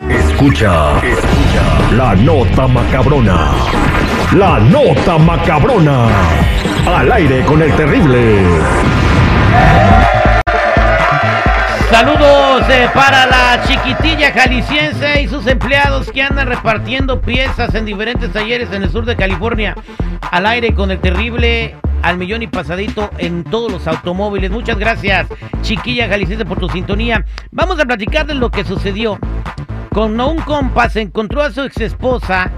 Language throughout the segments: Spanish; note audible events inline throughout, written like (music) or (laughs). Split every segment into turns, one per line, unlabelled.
Escucha, escucha la nota macabrona. La nota macabrona. Al aire con el terrible.
Saludos eh, para la chiquitilla jalisciense y sus empleados que andan repartiendo piezas en diferentes talleres en el sur de California. Al aire con el terrible al millón y pasadito en todos los automóviles. Muchas gracias, chiquilla jalisciense, por tu sintonía. Vamos a platicar de lo que sucedió. Con un compa se encontró a su exesposa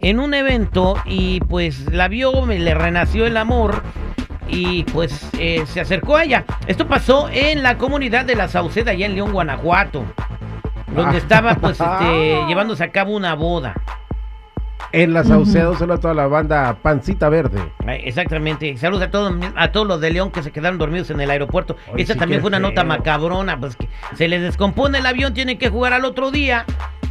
en un evento y pues la vio, me le renació el amor y pues eh, se acercó a ella. Esto pasó en la comunidad de La Sauceda, allá en León, Guanajuato, donde estaba pues este, llevándose a cabo una boda.
En la Saucedo solo a toda la banda Pancita Verde.
Eh, Exactamente. Saludos a todos, a todos los de León que se quedaron dormidos en el aeropuerto.
Ay,
Esta
sí,
también
qué
fue una nota
feo.
macabrona, pues que se les descompone el avión, tienen que jugar al otro día.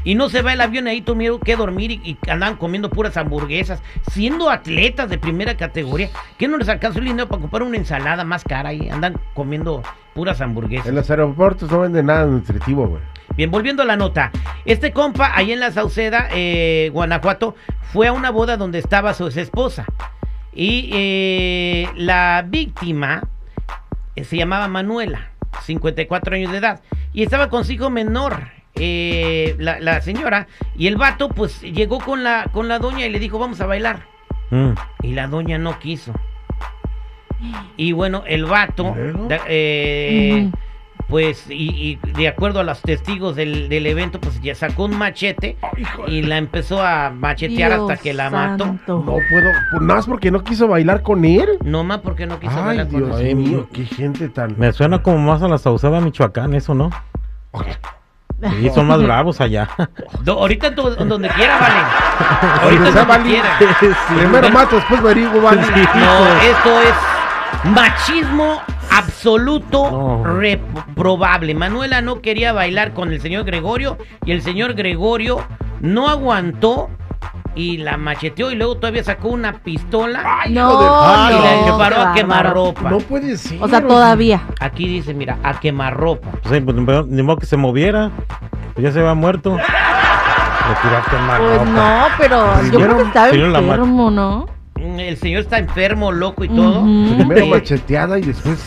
Y no se va el avión ahí, tuvieron que dormir y, y andaban comiendo puras hamburguesas, siendo atletas de primera categoría. ¿Qué no les alcanzó el dinero para comprar una ensalada más cara y andan comiendo puras hamburguesas?
En los aeropuertos no venden nada nutritivo, güey.
Bien, volviendo a la nota. Este compa, ahí en la Sauceda, eh, Guanajuato, fue a una boda donde estaba su esposa. Y eh, la víctima eh, se llamaba Manuela, 54 años de edad. Y estaba con su hijo menor, eh, la, la señora. Y el vato, pues, llegó con la, con la doña y le dijo, vamos a bailar. Y la doña no quiso. Y bueno, el vato,
¿Y luego?
da- eh,
Ujú.
pues, y, y de acuerdo a los testigos del, del evento, pues ya sacó un machete y la empezó a machetear hasta que la mató.
No puedo. pues, ¿Nada más porque no quiso bailar con él?
No más porque no quiso
Ay,
bailar con
Dios
nosotros.
Ay,
mío,
mi-
qué gente tan.
Me suena como más a la Sauceda Michoacán, eso, ¿no? Y son más bravos allá. (laughs)
Do- ahorita en tu- en donde quiera,
(laughs)
vale. Ahorita en
Donde sea,
donde
vale.
quiera.
Primero mato, después verigo, vale.
No, esto es machismo absoluto
No.
reprobable. Manuela no quería bailar con el señor Gregorio y el señor Gregorio no aguantó y la macheteó y luego todavía sacó una pistola
Ay,
No,
hijo de-
y
Ay,
la
no,
disparó a
qué bárbaro.
quemarropa.
No puede ser.
O sea, todavía.
Aquí dice, mira, a quemarropa.
Pues, eh, pues, ni modo- ni modo que se moviera. Pues ya se va muerto. Le tiraste mal.
Pues no, pero yo creo que estaba
Señor Lamar.
enfermo, ¿no?
Mm, El señor está enfermo, loco y todo. Eh,
Ujú.
Primero
Sí.
macheteada y después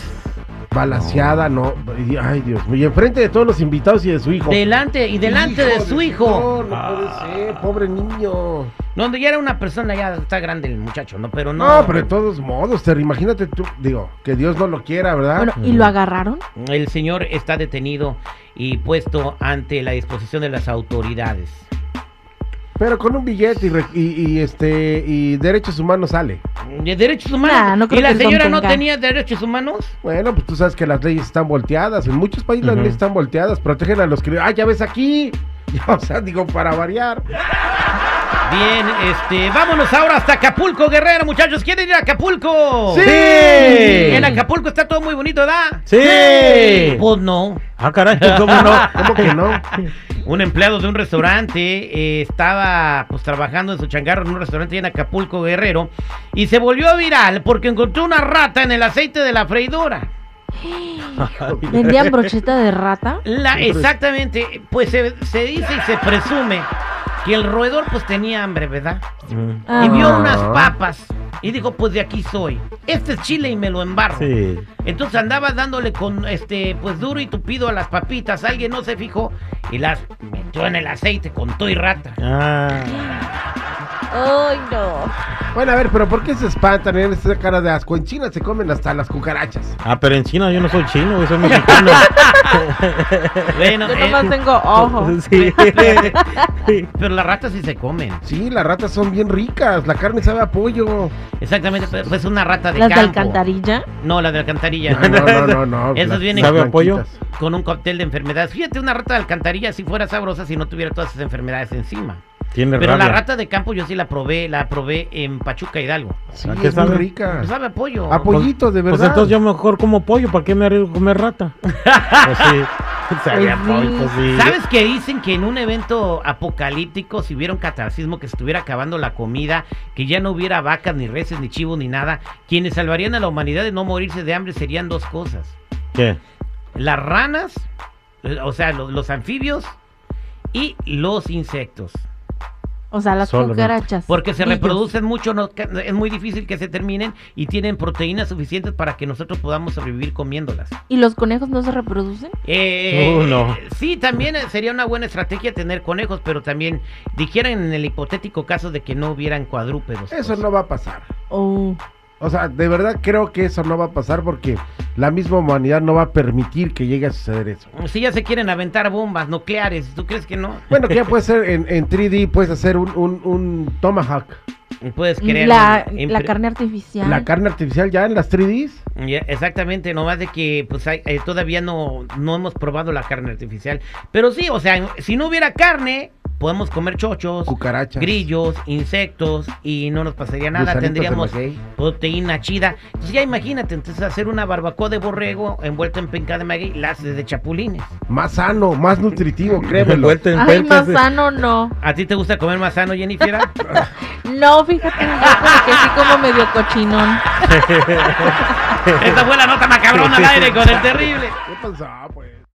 balaseada, no. Y- Ay, Dios mío. Y enfrente de todos los invitados y de su hijo.
Delante y delante de
Hijo
su hijo.
No, no puede ser, pobre niño.
Donde ya era una persona, ya está grande el muchacho, ¿no? Pero no.
No, pero de todos modos, Terry, imagínate tú, digo, que Dios no lo quiera,
Ah,
¿verdad?
Bueno, ¿y
(laughs)
lo agarraron?
El señor está detenido y puesto ante la disposición de las autoridades.
Pero con un billete y, re- y- y, este y derechos humanos sale.
¿De derechos humanos?
Nah, no
¿Y
creo
la
que el don
señora no
tenga.
tenía derechos humanos?
Bueno, pues tú sabes que las leyes están volteadas, en muchos países las
Ujú.
leyes están volteadas, protegen a los que... Ah, ya ves aquí. (laughs) O sea, digo, para variar.
Bien, este, vámonos ahora hasta Acapulco, Guerrero, muchachos. ¿Quieren ir a Acapulco?
¡Sí!
En Acapulco está todo muy bonito, ¿da?
¡Sí!
Pues no.
Ah, caray, (laughs) ¿cómo no?
¿Cómo que no?
Un empleado de un restaurante eh, estaba pues trabajando en su changarro en un restaurante en Acapulco, Guerrero, y se volvió viral porque encontró una rata en el aceite de la freidora.
¿Vendían brocheta de rata?
La, exactamente, pues se, se dice y se presume que el roedor pues tenía hambre, ¿verdad?
Mm,
Ah,
Y vio
Ah.
unas papas y dijo, pues de aquí soy. Este es chile y me lo embarro.
Sí.
Entonces andaba dándole con este, pues duro y tupido a las papitas. Alguien no se fijó y las metió en el aceite con todo y
(laughs)
rata.
Ah,
Ay, no.
Bueno, a ver, pero ¿por qué se espantan en esa cara de asco? En China se comen hasta las cucarachas.
ah, pero en China yo no soy chino, güey, soy
(laughs)
mexicano.
Bueno,
Yo
eh, Pues,
nomás tengo ojos.
Sí.
pero las ratas sí se comen.
Sí, las ratas son bien ricas, la carne sabe a
(laughs)
pollo.
Exactamente, pues pues una rata de
Las de
campo.
alcantarilla.
No, la de alcantarilla.
No, no, no, no. no
Esas
las-
vienen-
¿Sabe a pollo?
(laughs) con un cóctel de enfermedades. Fíjate, una rata de alcantarilla si fuera sabrosa si no tuviera todas esas enfermedades encima.
Tiene
Pero la
rabia.
rata de campo yo sí la probé, la probé en Pachuca Hidalgo.
Sí,
¿A qué
es muy
sabe?
rica.
Pues sabe a pollo.
A pollitos, de verdad.
Pues entonces yo mejor como pollo, ¿para qué me arriesgo a comer rata? Pues sí. Sabía
Pues sí.
pollo, pues sí.
¿Sabes que dicen que en un evento apocalíptico, si hubiera un catarcismo, que se estuviera acabando la comida, que ya no hubiera vacas, ni reses, ni chivos, ni nada, quienes salvarían a la humanidad de no morirse de hambre serían dos cosas.
¿Qué?
Las ranas, eh, o sea, lo- los anfibios y los insectos.
O sea, las
Solo, ¿no?
cucarachas.
Porque se
Ellos.
reproducen mucho, no- es muy difícil que se terminen y tienen proteínas suficientes para que nosotros podamos sobrevivir comiéndolas.
¿Y los conejos no se reproducen?
Eh,
Uh, no.
eh, Sí, también eh, sería una buena estrategia tener conejos, pero también dijeran en el hipotético caso de que no hubieran cuadrúpedos.
Eso
pues.
no va a pasar.
Oh.
O sea, de verdad creo que eso no va a pasar porque la misma humanidad no va a permitir que llegue a suceder eso.
Si ya se quieren aventar bombas nucleares, ¿tú crees que no?
Bueno, que ya puede ser en, en 3D, puedes hacer un, un, un tomahawk.
Puedes
Y
creer.
la,
un- impre-
la carne artificial.
La carne artificial ya en las 3Ds.
Ya, exactamente, nomás de que pues hay- eh, todavía no, no hemos probado la carne artificial. Pero sí, o sea, si no hubiera carne, podemos comer chochos,
Cucarachas.
grillos, insectos y no nos pasaría nada.
Gusanitos de
Tendríamos
maguey.
proteína chida. Entonces ya imagínate, entonces hacer una barbacoa de borrego envuelta en penca de maguey, la haces de chapulines.
Más sano,
(laughs)
más nutritivo, créemelo.
Envuelta en
Ay,
pentas
más
de-
sano no.
¿A ti te gusta comer más sano, Jennifer?
No, fíjate, yo como que sí como medio cochinón.
Esta fue la nota macabrona al aire con el terrible.
¿Qué pasaba, pues?